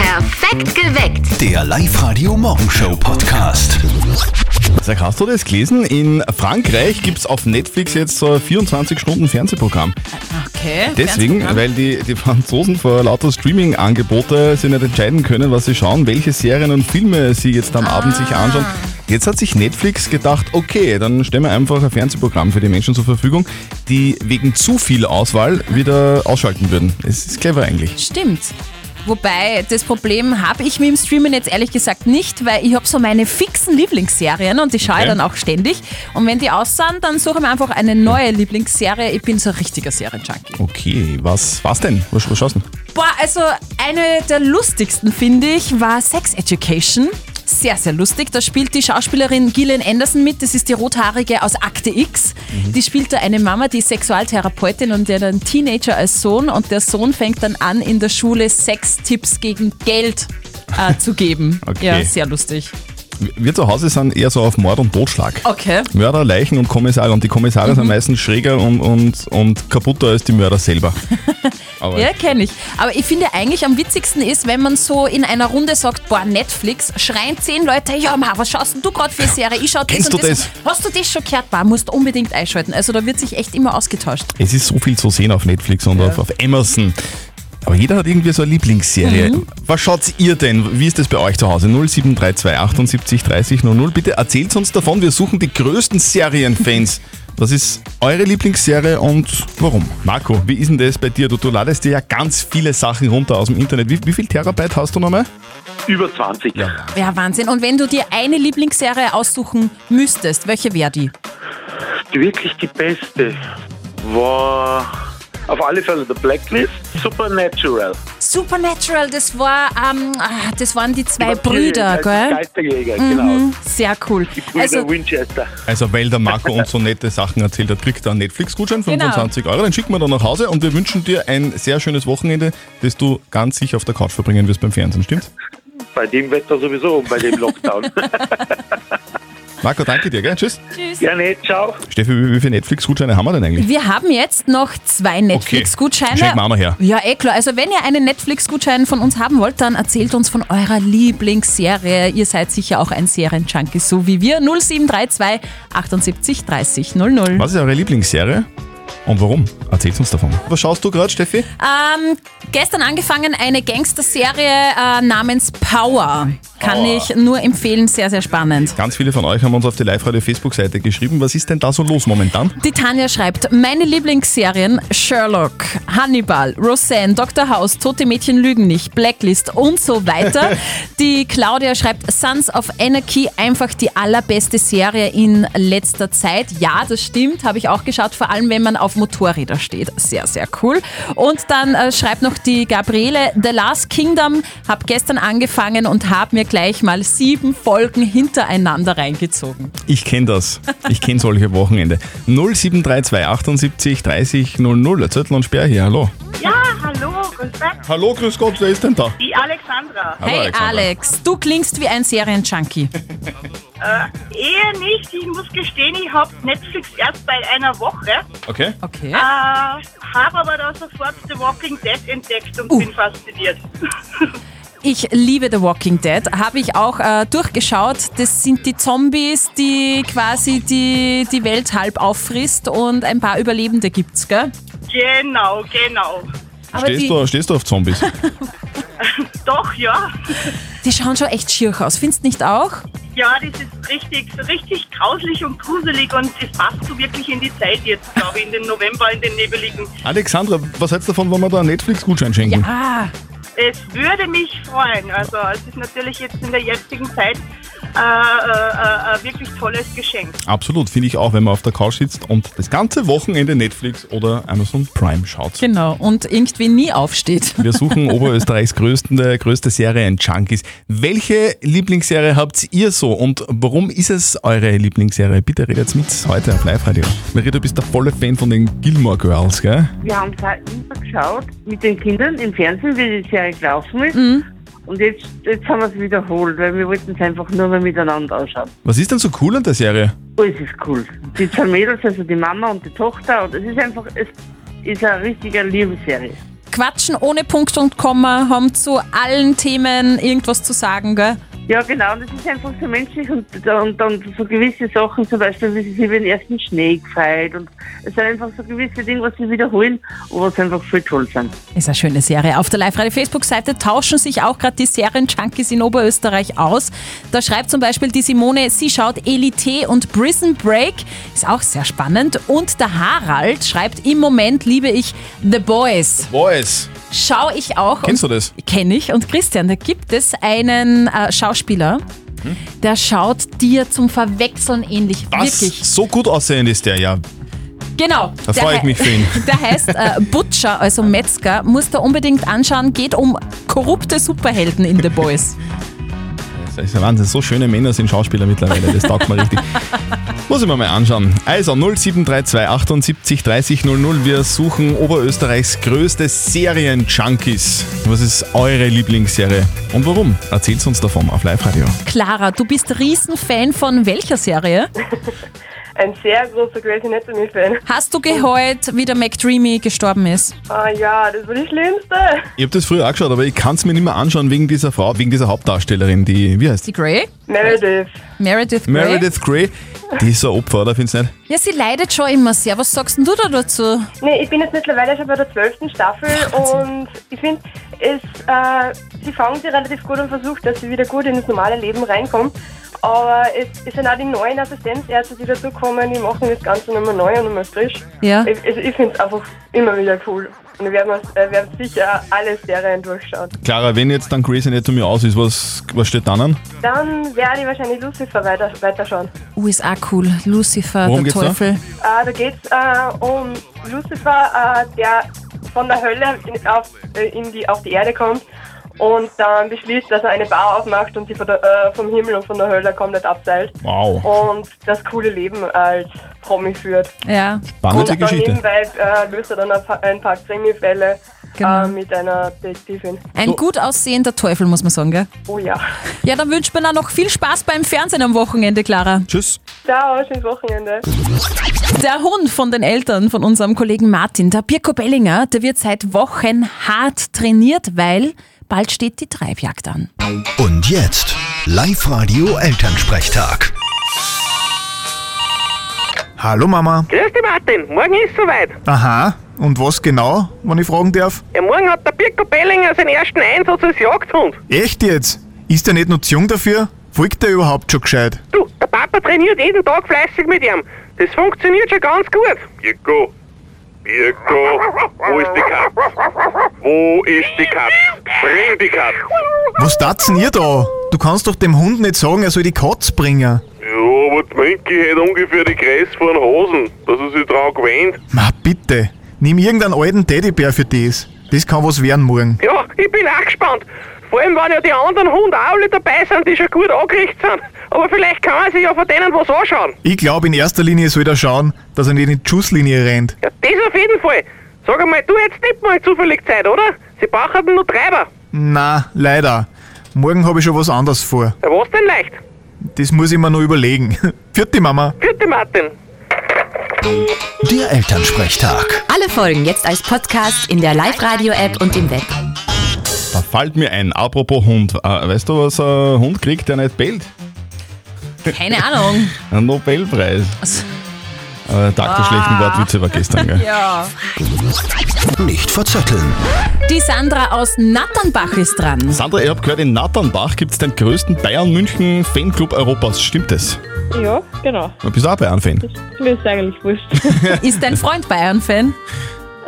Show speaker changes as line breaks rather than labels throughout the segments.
Perfekt geweckt.
Der Live-Radio Morgenshow Podcast.
Sag, hast du das gelesen? In Frankreich gibt es auf Netflix jetzt so ein 24-Stunden-Fernsehprogramm.
Okay.
Deswegen,
Fernsehprogramm.
weil die, die Franzosen vor lauter Streaming-Angebote sich nicht entscheiden können, was sie schauen, welche Serien und Filme sie jetzt am Abend sich anschauen. Jetzt hat sich Netflix gedacht, okay, dann stellen wir einfach ein Fernsehprogramm für die Menschen zur Verfügung, die wegen zu viel Auswahl wieder ausschalten würden. Es ist clever eigentlich.
Stimmt. Wobei, das Problem habe ich mit dem Streamen jetzt ehrlich gesagt nicht, weil ich habe so meine fixen Lieblingsserien und die schaue
Okay.
ich dann auch ständig. Und wenn die aus sind, dann suche ich mir einfach eine neue Lieblingsserie. Ich bin so ein richtiger Serienjunkie.
Okay, was, was denn? Was, was schaust du denn?
Boah, also eine der lustigsten, finde ich, war Sex Education. Sehr, sehr lustig. Da spielt die Schauspielerin Gillian Anderson mit. Das ist die Rothaarige aus Akte X. Die spielt da eine Mama, die ist Sexualtherapeutin und der hat einen Teenager als Sohn. Und der Sohn fängt dann an, in der Schule Sextipps gegen Geld äh, zu geben.
Okay.
Ja, sehr lustig.
Wir zu Hause sind eher so auf Mord und Totschlag.
Okay.
Mörder, Leichen und Kommissare. Und die Kommissare
Mhm.
sind meistens schräger und, und, und kaputter als die Mörder selber. Aber
Ja, kenne ich. Aber ich finde eigentlich am witzigsten ist, wenn man so in einer Runde sagt, boah, Netflix, schreien zehn Leute, ja, ma, was schaust denn du gerade für eine Serie? Ich schau das
Kennst
und
du
das. Hast du das schon gehört? Boah, musst unbedingt einschalten. Also da wird sich echt immer ausgetauscht.
es ist so viel zu sehen auf Netflix und auf, auf Amazon. Aber jeder hat irgendwie so eine Lieblingsserie.
Mhm.
Was schaut ihr denn? Wie ist das bei euch zu Hause? 0732 78 30 00. Bitte erzählt uns davon. Wir suchen die größten Serienfans. Was ist eure Lieblingsserie und warum? Marco, wie ist denn das bei dir? Du, du ladest dir ja ganz viele Sachen runter aus dem Internet. Wie, wie viel Terabyte hast du nochmal?
Über 20.
Ja, Wahnsinn. Und wenn du dir eine Lieblingsserie aussuchen müsstest, welche wäre die?
Wirklich die beste war auf alle Fälle The Blacklist, Supernatural.
Supernatural, das war, ähm, ah, das waren die zwei
Die
Brüder,
Vampirjäger,
gell?
die Geisterjäger, genau.
Sehr cool.
Die Brüder
Also,
Winchester.
Also weil der Marco uns so nette Sachen erzählt hat, kriegt er einen Netflix-Gutschein,
Genau.
25 Euro, den schicken wir dann nach Hause und wir wünschen dir ein sehr schönes Wochenende, das du ganz sicher auf der Couch verbringen wirst beim Fernsehen, stimmt's?
Bei dem Wetter sowieso und bei dem Lockdown.
Marco, danke dir, gell? Tschüss.
ja, ne, ciao.
Steffi, wie, wie viele Netflix-Gutscheine haben wir denn eigentlich?
Wir haben jetzt noch zwei Netflix-Gutscheine.
Schenken wir auch noch her.
Ja, eh klar. Also wenn ihr einen Netflix-Gutschein von uns haben wollt, dann erzählt uns von eurer Lieblingsserie. Ihr seid sicher auch ein Serienjunkie, so wie wir. 0732 78 30 00.
Was ist eure Lieblingsserie? Und warum? Erzählt uns davon. Was schaust du gerade, Steffi?
Ähm, gestern angefangen eine Gangster-Serie äh, namens Power. Kann
Power.
ich nur empfehlen, sehr, sehr spannend.
Ganz viele von euch haben uns auf die Live-Radio-Facebook-Seite geschrieben. Was ist denn da so los momentan?
Die Tanja schreibt, meine Lieblingsserien Sherlock, Hannibal, Roseanne, Dr. House, Tote Mädchen lügen nicht, Blacklist und so weiter. Die Claudia schreibt, Sons of Anarchy, einfach die allerbeste Serie in letzter Zeit. Ja, das stimmt, habe ich auch geschaut, vor allem wenn man auf Motorräder steht. Sehr, sehr cool. Und dann äh, schreibt noch die Gabriele, The Last Kingdom, habe gestern angefangen und habe mir gleich mal sieben Folgen hintereinander reingezogen.
Ich kenne das. Ich kenne solche Wochenende. 0732 78 30 00. Zettel und Sperr hier. Hallo.
Ja, hallo, grüß Gott.
Hallo, grüß Gott. Wer ist denn da?
Die Alexandra.
Hallo,
hey
Alexander.
Alex, du klingst wie ein Serienjunkie.
Eher nicht, ich muss gestehen, ich habe Netflix erst seit einer Woche,
Okay.
Okay.
äh, habe aber da sofort The Walking Dead entdeckt und
Uh.
bin fasziniert.
Ich liebe The Walking Dead, habe ich auch äh, durchgeschaut. Das sind die Zombies, die quasi die, die Welt halb auffrisst und ein paar Überlebende gibt's, gell?
genau, genau.
Aber
Stehst
die,
du, stehst du auf Zombies?
Doch, ja.
die schauen schon echt schier aus, findest nicht auch?
Ja, das ist richtig, so richtig grauslich und gruselig und es passt so wirklich in die Zeit jetzt, glaube ich, in den November, in den Nebeligen.
Alexandra, was hältst du davon, wenn wir da einen Netflix-Gutschein schenken?
Ah,
Es würde mich freuen. Also, es ist natürlich jetzt in der jetzigen Zeit äh, äh, äh, ein wirklich tolles Geschenk.
Absolut, finde ich auch, wenn man auf der Couch sitzt und das ganze Wochenende Netflix oder Amazon Prime schaut.
genau. Und irgendwie nie aufsteht.
Wir suchen Oberösterreichs größte, größte Serie in Junkies. Welche Lieblingsserie habt ihr so und warum ist es eure Lieblingsserie? Bitte redet mit heute auf Live-Radio. Maria, du bist der volle Fan von den Gilmore Girls, gell?
Wir haben da immer geschaut mit den Kindern im Fernsehen, wie die Serie gelaufen ist. Und jetzt, jetzt haben wir es wiederholt, weil wir wollten es einfach nur mal miteinander anschauen.
Was ist denn so cool an der Serie?
Oh, es ist cool. Die zwei Mädels, also die Mama und die Tochter, und es ist einfach, es ist eine richtige Liebesserie.
quatschen ohne Punkt und Komma, haben zu allen Themen irgendwas zu sagen, gell?
Ja, genau, und das ist einfach so menschlich und, und dann so gewisse Sachen, zum Beispiel, wie sie sich über den ersten Schnee gefeit und es sind einfach so gewisse Dinge, was sie wiederholen und was einfach voll toll sind.
Ist eine schöne Serie. Auf der Live-Radio-Facebook-Seite tauschen sich auch gerade die Serien-Junkies in Oberösterreich aus. Da schreibt zum Beispiel die Simone, sie schaut Elite und Prison Break. Ist auch sehr spannend. Und der Harald schreibt, im Moment liebe ich The Boys.
Boys.
Schau ich auch.
Kennst
und-
du das?
Kenne ich. Und Christian, da gibt es einen äh, Schauspieler,
Hm?
der schaut dir zum Verwechseln ähnlich.
Was?
Wirklich.
So gut aussehend ist der, ja.
Genau.
Da
Der
freu ich
hei-
mich für ihn.
Der heißt äh, Butcher, also Metzger, muss da unbedingt anschauen. Geht um korrupte Superhelden in The Boys.
Das ist ja Wahnsinn. So schöne Männer sind Schauspieler mittlerweile. Das taugt mir richtig. Muss ich mir mal anschauen. Also 0732 78 30 00. Wir suchen Oberösterreichs größte Serien-Junkies. Was ist eure Lieblingsserie und warum? Erzählt uns davon auf Live-Radio.
Clara, du bist Riesenfan von welcher Serie?
Ein sehr großer Grey's Anatomy-Fan.
Hast du geheult, wie der McDreamy gestorben ist?
Ah ja, das war die Schlimmste.
Ich habe das früher auch geschaut, aber ich kann es mir nicht mehr anschauen wegen dieser Frau, wegen dieser Hauptdarstellerin, die, wie heißt
Die Grey?
Meredith.
Meredith Grey?
Meredith Grey. Die ist so ein Opfer, oder? Findest du nicht?
Ja, sie leidet schon immer sehr. Was sagst denn du da dazu?
Nee, ich bin jetzt mittlerweile schon bei der zwölften Staffel und ich finde, es, äh, sie fangen sie relativ gut und versucht, dass sie wieder gut in das normale Leben reinkommt. Aber es, es sind auch die neuen Assistenzärzte, die dazukommen, die machen das Ganze nochmal neu und nochmal frisch.
Ja.
Ich, also ich finde es einfach immer wieder cool. Und wir werden, uns- äh, werden sicher alle Serien durchschauen.
Clara, wenn jetzt dann Grey's Anatomy aus ist, was, was steht dann an?
Dann werde ich wahrscheinlich Lucifer weiter, weiterschauen.
USA Oh, cool. Lucifer,
Worum
der
geht's da?
Teufel.
Äh, da geht es äh, um Lucifer, äh, der von der Hölle in, auf, äh, in die, auf die Erde kommt und dann beschließt, dass er eine Bar aufmacht und sie von der, äh, vom Himmel und von der Hölle komplett abseilt
Wow.
und das coole Leben als Promi führt.
Ja.
Ah,
Spannende
und dann
Geschichte.
nebenbei äh, löst er dann ein paar, ein paar Krimifälle
Genau.
äh, mit einer Detektivin.
Ein gut aussehender Teufel, muss man sagen, gell?
Oh ja.
Ja, dann wünscht man auch noch viel Spaß beim Fernsehen am Wochenende, Clara.
Tschüss.
Ciao, schönes Wochenende.
Der Hund von den Eltern von unserem Kollegen Martin, der Birko Bellinger, der wird seit Wochen hart trainiert, weil bald steht die Treibjagd an.
Und jetzt Live-Radio Elternsprechtag.
Hallo Mama.
Grüß dich, Martin. Morgen ist soweit.
Aha. Und was genau, wenn ich fragen darf?
Ja, morgen hat der Birko Bellinger seinen ersten Einsatz als Jagdhund.
Echt jetzt? Ist der nicht noch zu jung dafür? Folgt der überhaupt schon gescheit?
Du, der Papa trainiert jeden Tag fleißig mit ihm. Das funktioniert schon ganz gut.
Birko, Birko, wo ist die Katz? Wo ist die Katz? Bring die Katz!
Was tat's denn ihr da? Du kannst doch dem Hund nicht sagen, er soll die Katz bringen.
Ja, aber die Minky hat ungefähr die Gräß vor den Hosen, dass er sich dran gewöhnt.
Ma bitte, nimm irgendeinen alten Teddybär für das. Das kann was werden morgen.
Ja, ich bin auch gespannt. Vor allem, wenn ja die anderen Hunde auch alle dabei sind, die schon gut angerichtet sind. Aber vielleicht kann man sich ja von denen was anschauen.
Ich glaube, in erster Linie soll er schauen, dass er nicht in die Schusslinie rennt.
Ja, das auf jeden Fall. Sag einmal, du hättest nicht mal zufällig Zeit, oder? Sie brauchen nur Treiber.
Na, leider. Morgen habe ich schon was anderes vor.
Ja, was denn leicht?
Das muss ich mir noch überlegen. Vierte Mama.
Vierte Martin.
Der Elternsprechtag.
Alle Folgen jetzt als Podcast in der Live-Radio-App und im Web.
Da fällt mir ein, apropos Hund. Äh, Weißt du, was ein Hund kriegt, der nicht bellt?
Keine Ahnung.
Ein Nobelpreis. Äh, Tag der schlechten Wortwitze war gestern, gell?
Ja.
Nicht verzetteln.
Die Sandra aus Natternbach ist dran.
Sandra, ich habe gehört, in Natternbach gibt es den größten Bayern-München-Fanclub Europas. Stimmt das?
Ja, genau.
Du bist auch Bayern-Fan.
Mir ist eigentlich wurscht.
Ist dein Freund Bayern-Fan?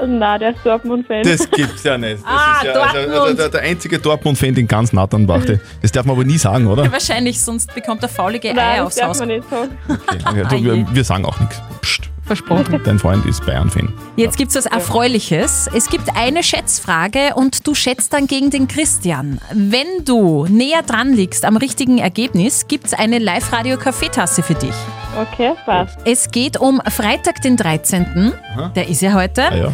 Na, der ist Dortmund-Fan.
Das gibt's ja nicht. Das
Ah,
ist ja also, also,
Dortmund.
der, der einzige Dortmund-Fan in ganz Natternbach. Das darf man aber nie sagen, oder?
Wahrscheinlich, sonst bekommt er faulige Eier aufs Haus.
nicht sagen.
Okay, okay, du, wir, wir sagen auch nichts. Psst.
Versprochen.
Dein Freund ist Bayern-Fan.
Jetzt gibt's was Erfreuliches. Es gibt eine Schätzfrage und du schätzt dann gegen den Christian. Wenn du näher dran liegst am richtigen Ergebnis, gibt's eine Live-Radio-Kaffeetasse für dich.
Okay, passt.
Es geht um Freitag, den 13. Der ist ja heute.
Ah, ja.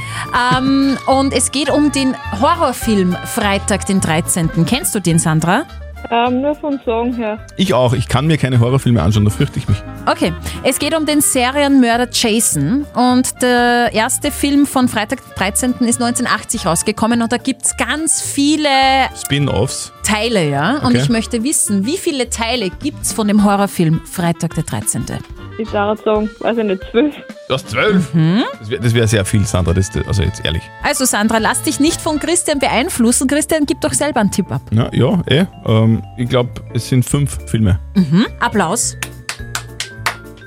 Ähm, und es geht um den Horrorfilm Freitag, den 13. Kennst du den, Sandra?
Ähm, nur vom Song her.
Ich auch. Ich kann mir keine Horrorfilme anschauen, da fürchte ich mich.
Okay, es geht um den Serienmörder Jason und der erste Film von Freitag 13. ist 1980 rausgekommen und da gibt es ganz viele
Spin-offs.
Teile, ja? Und
Okay.
ich möchte wissen, wie viele Teile gibt es von dem Horrorfilm Freitag der 13.?
Ich darf jetzt sagen, weiß ich nicht, zwölf.
Du hast zwölf.
Mhm.
Das wäre wär sehr viel, Sandra. Das, also jetzt ehrlich.
Also Sandra, lass dich nicht von Christian beeinflussen. Christian, gib doch selber einen Tipp ab.
Ja, ja eh. Ähm, ich glaube, es sind fünf Filme.
Mhm. Applaus.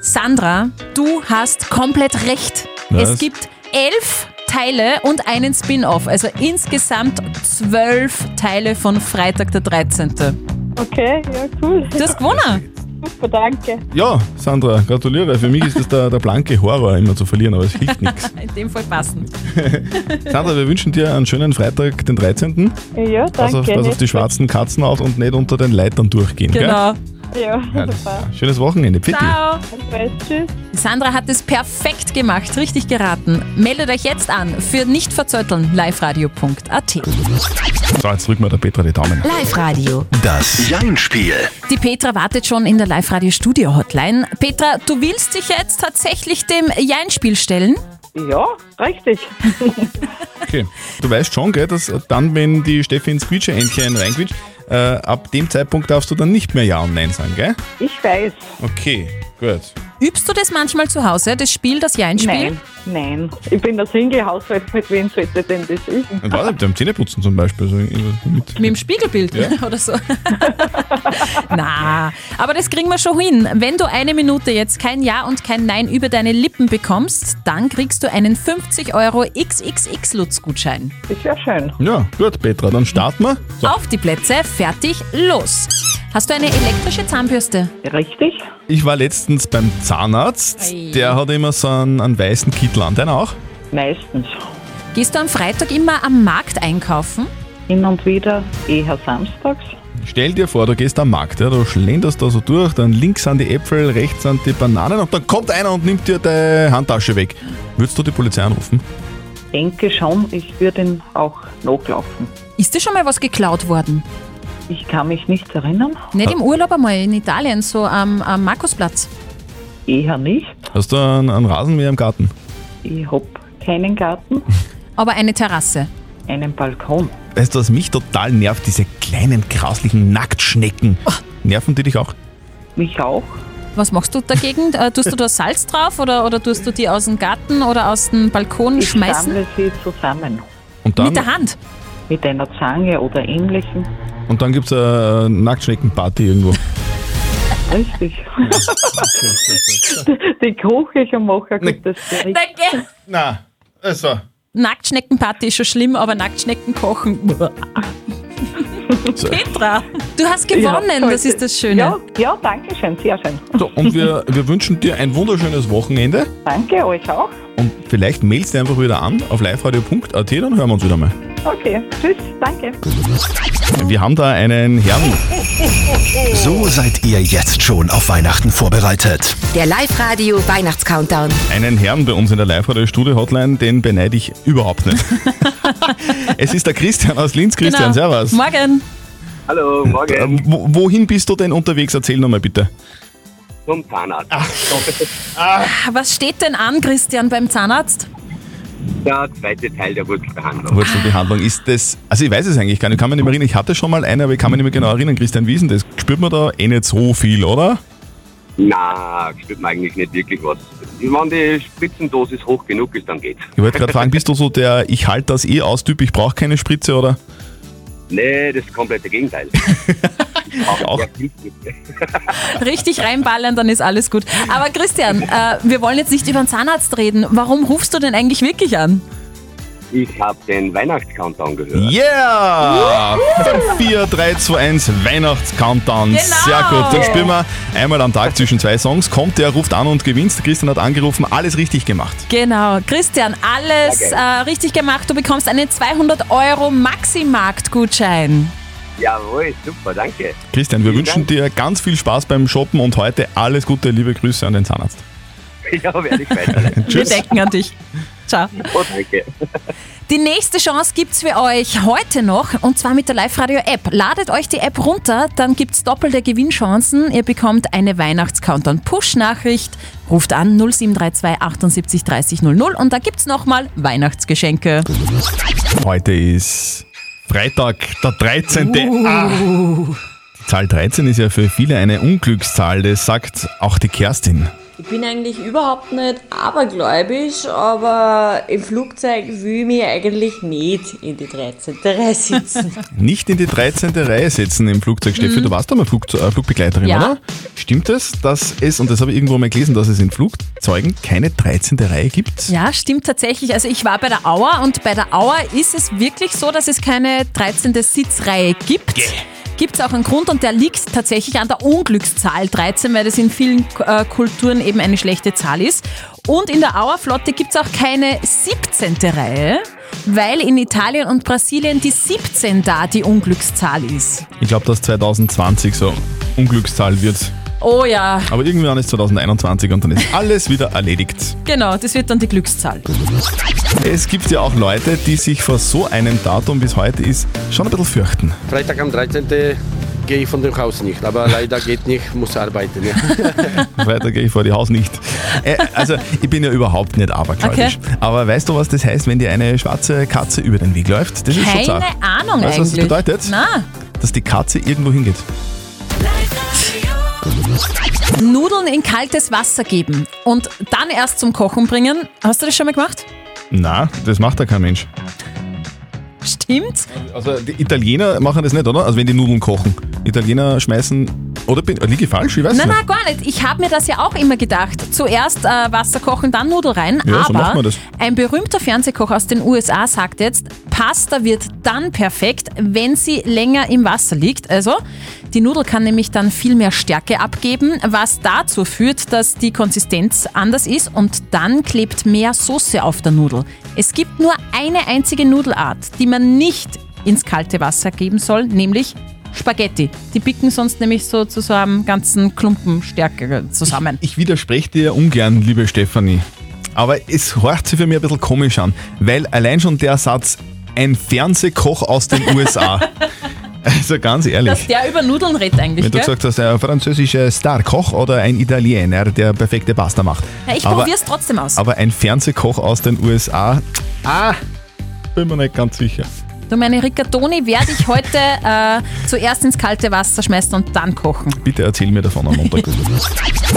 Sandra, du hast komplett recht.
Was?
Es gibt elf Teile und einen Spin-off. Also insgesamt zwölf Teile von Freitag der 13.
Okay, ja, cool.
Du hast gewonnen.
Super, danke.
Ja, Sandra, gratuliere. Für mich ist das der, der blanke Horror, immer zu verlieren, aber es hilft nichts.
In dem Fall passend.
Sandra, wir wünschen dir einen schönen Freitag, den 13.
Ja, danke.
Pass auf, pass auf die schwarzen Katzen auf und nicht unter den Leitern durchgehen.
Genau.
Gell?
Ja,
Ja, das-
super.
Schönes Wochenende. Pfitti.
Ciao.
Tschüss.
Sandra hat es perfekt gemacht, richtig geraten. Meldet euch jetzt an für nicht verzötteln liveradio.at.
So, jetzt drücken wir der Petra die Daumen.
Live Radio.
Das Jein-Spiel.
Die Petra wartet schon in der Live-Radio-Studio-Hotline. Petra, du willst dich jetzt tatsächlich dem Jein-Spiel stellen?
Ja, richtig.
Okay. Du weißt schon, gell, dass dann, wenn die Steffi ins Quietscheentchen reinquitscht, äh, ab dem Zeitpunkt darfst du dann nicht mehr Ja und Nein sagen, gell?
Ich weiß.
Okay, gut.
Übst du das manchmal zu Hause, das Spiel, das Jein-Spiel?
Nein, nein. Ich bin der Single-Haushalt, mit wem sollte denn das üben?
Und was beim Zähneputzen zum Beispiel? So irgendwas mit.
Mit dem Spiegelbild
Ja.
oder so. Na, aber das kriegen wir schon hin. Wenn du eine Minute jetzt kein Ja und kein Nein über deine Lippen bekommst, dann kriegst du einen 50 Euro XXX-Lutz-Gutschein.
Das wäre schön.
Ja, gut, Petra, dann starten wir. So.
Auf die Plätze, fertig, los. Hast du eine elektrische Zahnbürste?
Richtig.
Ich war letztens beim Zahnarzt.
Ei.
Der hat immer so einen, einen weißen Kittel an. Deiner auch?
Meistens.
Gehst du am Freitag immer am Markt einkaufen?
Hin und wieder eher samstags.
Stell dir vor, du gehst am Markt, ja, du schlenderst da so durch, dann links an die Äpfel, rechts an die Bananen und dann kommt einer und nimmt dir deine Handtasche weg. Würdest du die Polizei anrufen?
Denke schon, ich würde ihn auch nachlaufen.
Ist dir schon mal was geklaut worden?
Ich kann mich nicht erinnern.
Äh.
Nicht im Urlaub einmal in Italien, so am, am Markusplatz.
Eher nicht.
Hast du einen, einen Rasenmäher im Garten?
Ich habe keinen Garten,
Aber eine Terrasse.
einen Balkon.
Weißt du, was mich total nervt? Diese kleinen, grauslichen Nacktschnecken.
Oh.
Nerven die dich auch?
Mich auch.
Was machst du dagegen? Äh, tust du da Salz drauf oder, oder tust du die aus dem Garten oder aus dem Balkon
Ich
schmeißen?
sammle sie zusammen.
Und dann,
Mit der Hand.
Mit einer Zange oder ähnlichem.
und dann gibt's eine Nacktschneckenparty irgendwo.
Richtig. die koche ich und mache ein gutes Gericht.
Na, also.
Nacktschneckenparty ist schon schlimm, aber Nacktschnecken kochen. Uah. Petra, du hast gewonnen,
Ja,
das ist das Schöne.
Ja, ja, danke schön, sehr schön.
So, und wir, wir wünschen dir ein wunderschönes Wochenende.
Danke euch auch.
Und vielleicht mailst du einfach wieder an auf liveradio.at, dann hören wir uns wieder mal.
Okay, tschüss, danke.
Wir haben da einen Herrn.
So seid ihr jetzt schon auf Weihnachten vorbereitet.
Der Live-Radio Weihnachts-Countdown.
Einen Herrn bei uns in der Live-Radio-Studio-Hotline, den beneide ich überhaupt nicht. es ist der Christian aus Linz. Christian,
Genau.
servus.
Morgen.
Hallo, morgen
Ähm, wo- Wohin bist du denn unterwegs? Erzähl nochmal bitte.
zum Zahnarzt.
Was steht denn an, Christian, beim Zahnarzt?
Der zweite Teil der Wurzelbehandlung.
Wurzelbehandlung ist das. Also ich weiß es eigentlich gar nicht, ich kann mich nicht mehr erinnern. Ich hatte schon mal eine, aber ich kann mich nicht mehr genau erinnern. Christian, wie ist denn das? Spürt man da eh nicht so viel, oder?
Na, spürt man eigentlich nicht wirklich was. Wenn die Spritzendosis hoch genug ist, dann geht's.
Ich wollte gerade fragen, bist du so der Ich halte das eh aus Typ, ich brauche keine Spritze, oder?
Nee, das komplette Gegenteil. Auch. Ja,
Richtig reinballern, dann ist alles gut. Aber Christian, äh, wir wollen jetzt nicht über den Zahnarzt reden. Warum rufst du denn eigentlich wirklich an?
ich habe den Weihnachts-Countdown
Mhm.
gehört.
Yeah! 4, 3, 2, 1, Weihnachts-Countdown.
Genau.
Sehr gut. Dann spielen wir einmal am Tag zwischen zwei Songs. Kommt der, ruft an und gewinnt. Christian hat angerufen, alles richtig gemacht.
Genau, Christian, alles
Sehr
äh,
geil.
richtig gemacht. Du bekommst einen 200 Euro Maximarkt-Gutschein.
Jawohl, super, danke.
Christian, wir wünschen dir ganz viel Spaß beim Shoppen und heute alles Gute, liebe Grüße an den Zahnarzt.
Ja, werde ich weiterleiten.
Wir denken an dich. Ciao.
Oh, Danke.
Die nächste Chance gibt's für euch heute noch und zwar mit der Live-Radio-App. Ladet euch die App runter, dann gibt's doppelte Gewinnchancen. Ihr bekommt eine Weihnachts-Countdown-Push-Nachricht. Ruft an 0732 78 30 00 und da gibt's nochmal Weihnachtsgeschenke.
Heute ist Freitag, der 13.
Uh.
Ah. Die Zahl 13 ist ja für viele eine Unglückszahl, das sagt auch die Kerstin.
Ich bin eigentlich überhaupt nicht abergläubisch, aber im Flugzeug will ich mich eigentlich nicht in die 13. Reihe sitzen.
Nicht in die 13. Reihe setzen im Flugzeug, Steffi.
Mhm.
Du warst doch mal Flugzeug, äh, Flugbegleiterin,
Ja.
oder? Stimmt es, dass es, und das habe ich irgendwo mal gelesen, dass es in Flugzeugen keine 13. Reihe gibt?
Ja, stimmt tatsächlich. Also ich war bei der Auer und bei der Auer ist es wirklich so, dass es keine 13. Sitzreihe gibt. Gibt es auch einen Grund und der liegt tatsächlich an der Unglückszahl 13, weil das in vielen äh, Kulturen eben eine schlechte Zahl ist. Und in der Auerflotte gibt es auch keine 17. Reihe, weil in Italien und Brasilien die 17 da die Unglückszahl ist.
Ich glaube, dass 2020 so Unglückszahl wird.
Oh ja,
Aber irgendwann ist 2021 und dann ist alles wieder erledigt.
genau, das wird dann die Glückszahl.
Es gibt ja auch Leute, die sich vor so einem Datum, wie es heute ist, schon ein bisschen fürchten.
Freitag am 13. gehe ich von dem Haus nicht, aber leider geht nicht, muss arbeiten. ne? Ja.
Weiter gehe ich vor die Haus nicht. Äh, also, ich bin ja überhaupt nicht abergläubisch. Aber weißt du, was das heißt, wenn dir eine schwarze Katze über den Weg läuft? Das ist
Keine
schon zart.
Ahnung
weißt, du, was das
eigentlich.
bedeutet?
Na.
Dass die Katze irgendwo hingeht.
Nudeln in kaltes Wasser geben und dann erst zum Kochen bringen. Hast du das schon mal gemacht?
Na, das macht ja kein Mensch.
Stimmt.
Also, die Italiener machen das nicht, oder? Also, wenn die Nudeln kochen. Italiener schmeißen. Oder bin, liege ich falsch? Ich weiß
Nein,
nicht.
nein, gar nicht. Ich habe mir das ja auch immer gedacht. Zuerst äh, Wasser kochen, dann Nudel rein.
Ja, so macht
aber
man das.
ein berühmter Fernsehkoch aus den USA sagt jetzt, Pasta wird dann perfekt, wenn sie länger im Wasser liegt. Also die Nudel kann nämlich dann viel mehr Stärke abgeben, was dazu führt, dass die Konsistenz anders ist und dann klebt mehr Soße auf der Nudel. Es gibt nur eine einzige Nudelart, die man nicht ins kalte Wasser geben soll, nämlich Spaghetti. Die bicken sonst nämlich so zu so einem ganzen Klumpen Stärke zusammen.
Ich widerspreche dir ungern, liebe Stefanie. Aber es hört sich für mich ein bisschen komisch an, weil allein schon der Satz, ein Fernsehkoch aus den USA. also ganz
Dass
ehrlich.
der über Nudeln redet eigentlich,
Wenn du
gell?
gesagt hast, ein französischer Starkoch oder ein Italiener, der perfekte Pasta macht.
Ja, ich
Aber-
probiere es trotzdem aus.
Aber ein Fernsehkoch aus den USA, ah, bin mir nicht ganz sicher.
Du, meine Riccatoni werde ich heute äh, zuerst ins kalte Wasser schmeißen und dann kochen.
Bitte erzähl mir davon am Montag.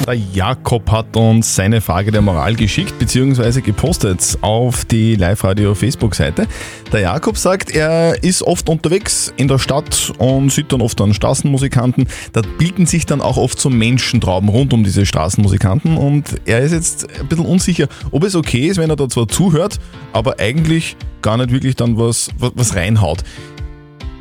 der Jakob hat uns seine Frage der Moral geschickt bzw. gepostet auf die Live-Radio Facebook-Seite. Der Jakob sagt, er ist oft unterwegs in der Stadt und sieht dann oft an Straßenmusikanten. Da bilden sich dann auch oft so Menschentrauben rund um diese Straßenmusikanten und er ist jetzt ein bisschen unsicher, ob es okay ist, wenn er da zwar zuhört, aber eigentlich gar nicht wirklich dann was, was, was reinhaut.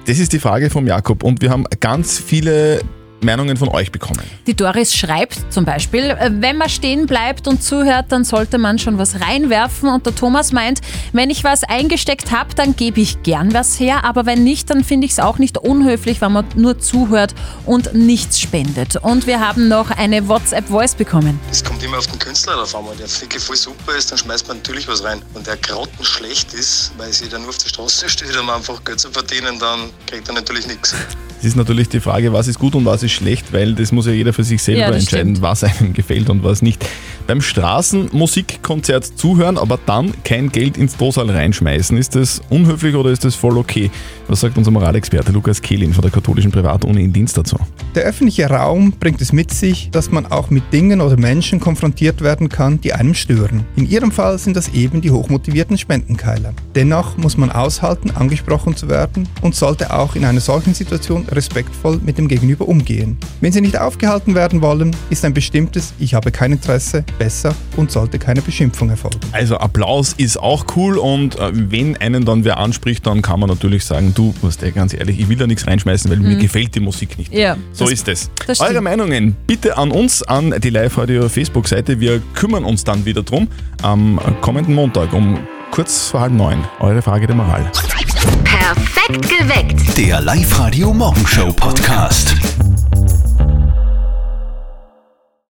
Das ist die Frage vom Jakob und wir haben ganz viele Meinungen von euch bekommen.
Die Doris schreibt zum Beispiel, äh, wenn man stehen bleibt und zuhört, dann sollte man schon was reinwerfen. Und der Thomas meint, wenn ich was eingesteckt habe, dann gebe ich gern was her. Aber wenn nicht, dann finde ich es auch nicht unhöflich, wenn man nur zuhört und nichts spendet. Und wir haben noch eine WhatsApp-Voice bekommen.
Es kommt immer auf den Künstler drauf an. Wenn der Flicke voll super ist, dann schmeißt man natürlich was rein. Wenn der grottenschlecht ist, weil sie dann nur auf der Straße steht, um einfach Geld zu verdienen, dann kriegt er natürlich nichts.
Es ist natürlich die Frage, was ist gut und was ist schlecht, weil das muss ja jeder für sich selber
Ja, das
entscheiden, was einem gefällt und was nicht. Beim Straßenmusikkonzert zuhören, aber dann kein Geld ins Dosal reinschmeißen. Ist das unhöflich oder ist das voll okay? Was sagt unser Moralexperte Lukas Kehlin von der katholischen Privatuni in Dienst dazu?
Der öffentliche Raum bringt es mit sich, dass man auch mit Dingen oder Menschen konfrontiert werden kann, die einem stören. In ihrem Fall sind das eben die hochmotivierten Spendenkeiler. Dennoch muss man aushalten, angesprochen zu werden und sollte auch in einer solchen Situation respektvoll mit dem Gegenüber umgehen. Wenn sie nicht aufgehalten werden wollen, ist ein bestimmtes Ich habe kein Interesse besser und sollte keine Beschimpfung erfolgen.
Also Applaus ist auch cool und äh, wenn einen dann wer anspricht, dann kann man natürlich sagen, du, was der ganz ehrlich, ich will da nichts reinschmeißen, weil mir
Mhm.
gefällt die Musik nicht.
Ja,
So
das-
ist es.
das stimmt.
Eure Meinungen bitte an uns, an die Live-Radio-Facebook-Seite. Wir kümmern uns dann wieder drum am kommenden Montag um kurz vor halb neun. Eure Frage der Moral.
Perfekt geweckt.
Der Live-Radio Morgenshow Podcast.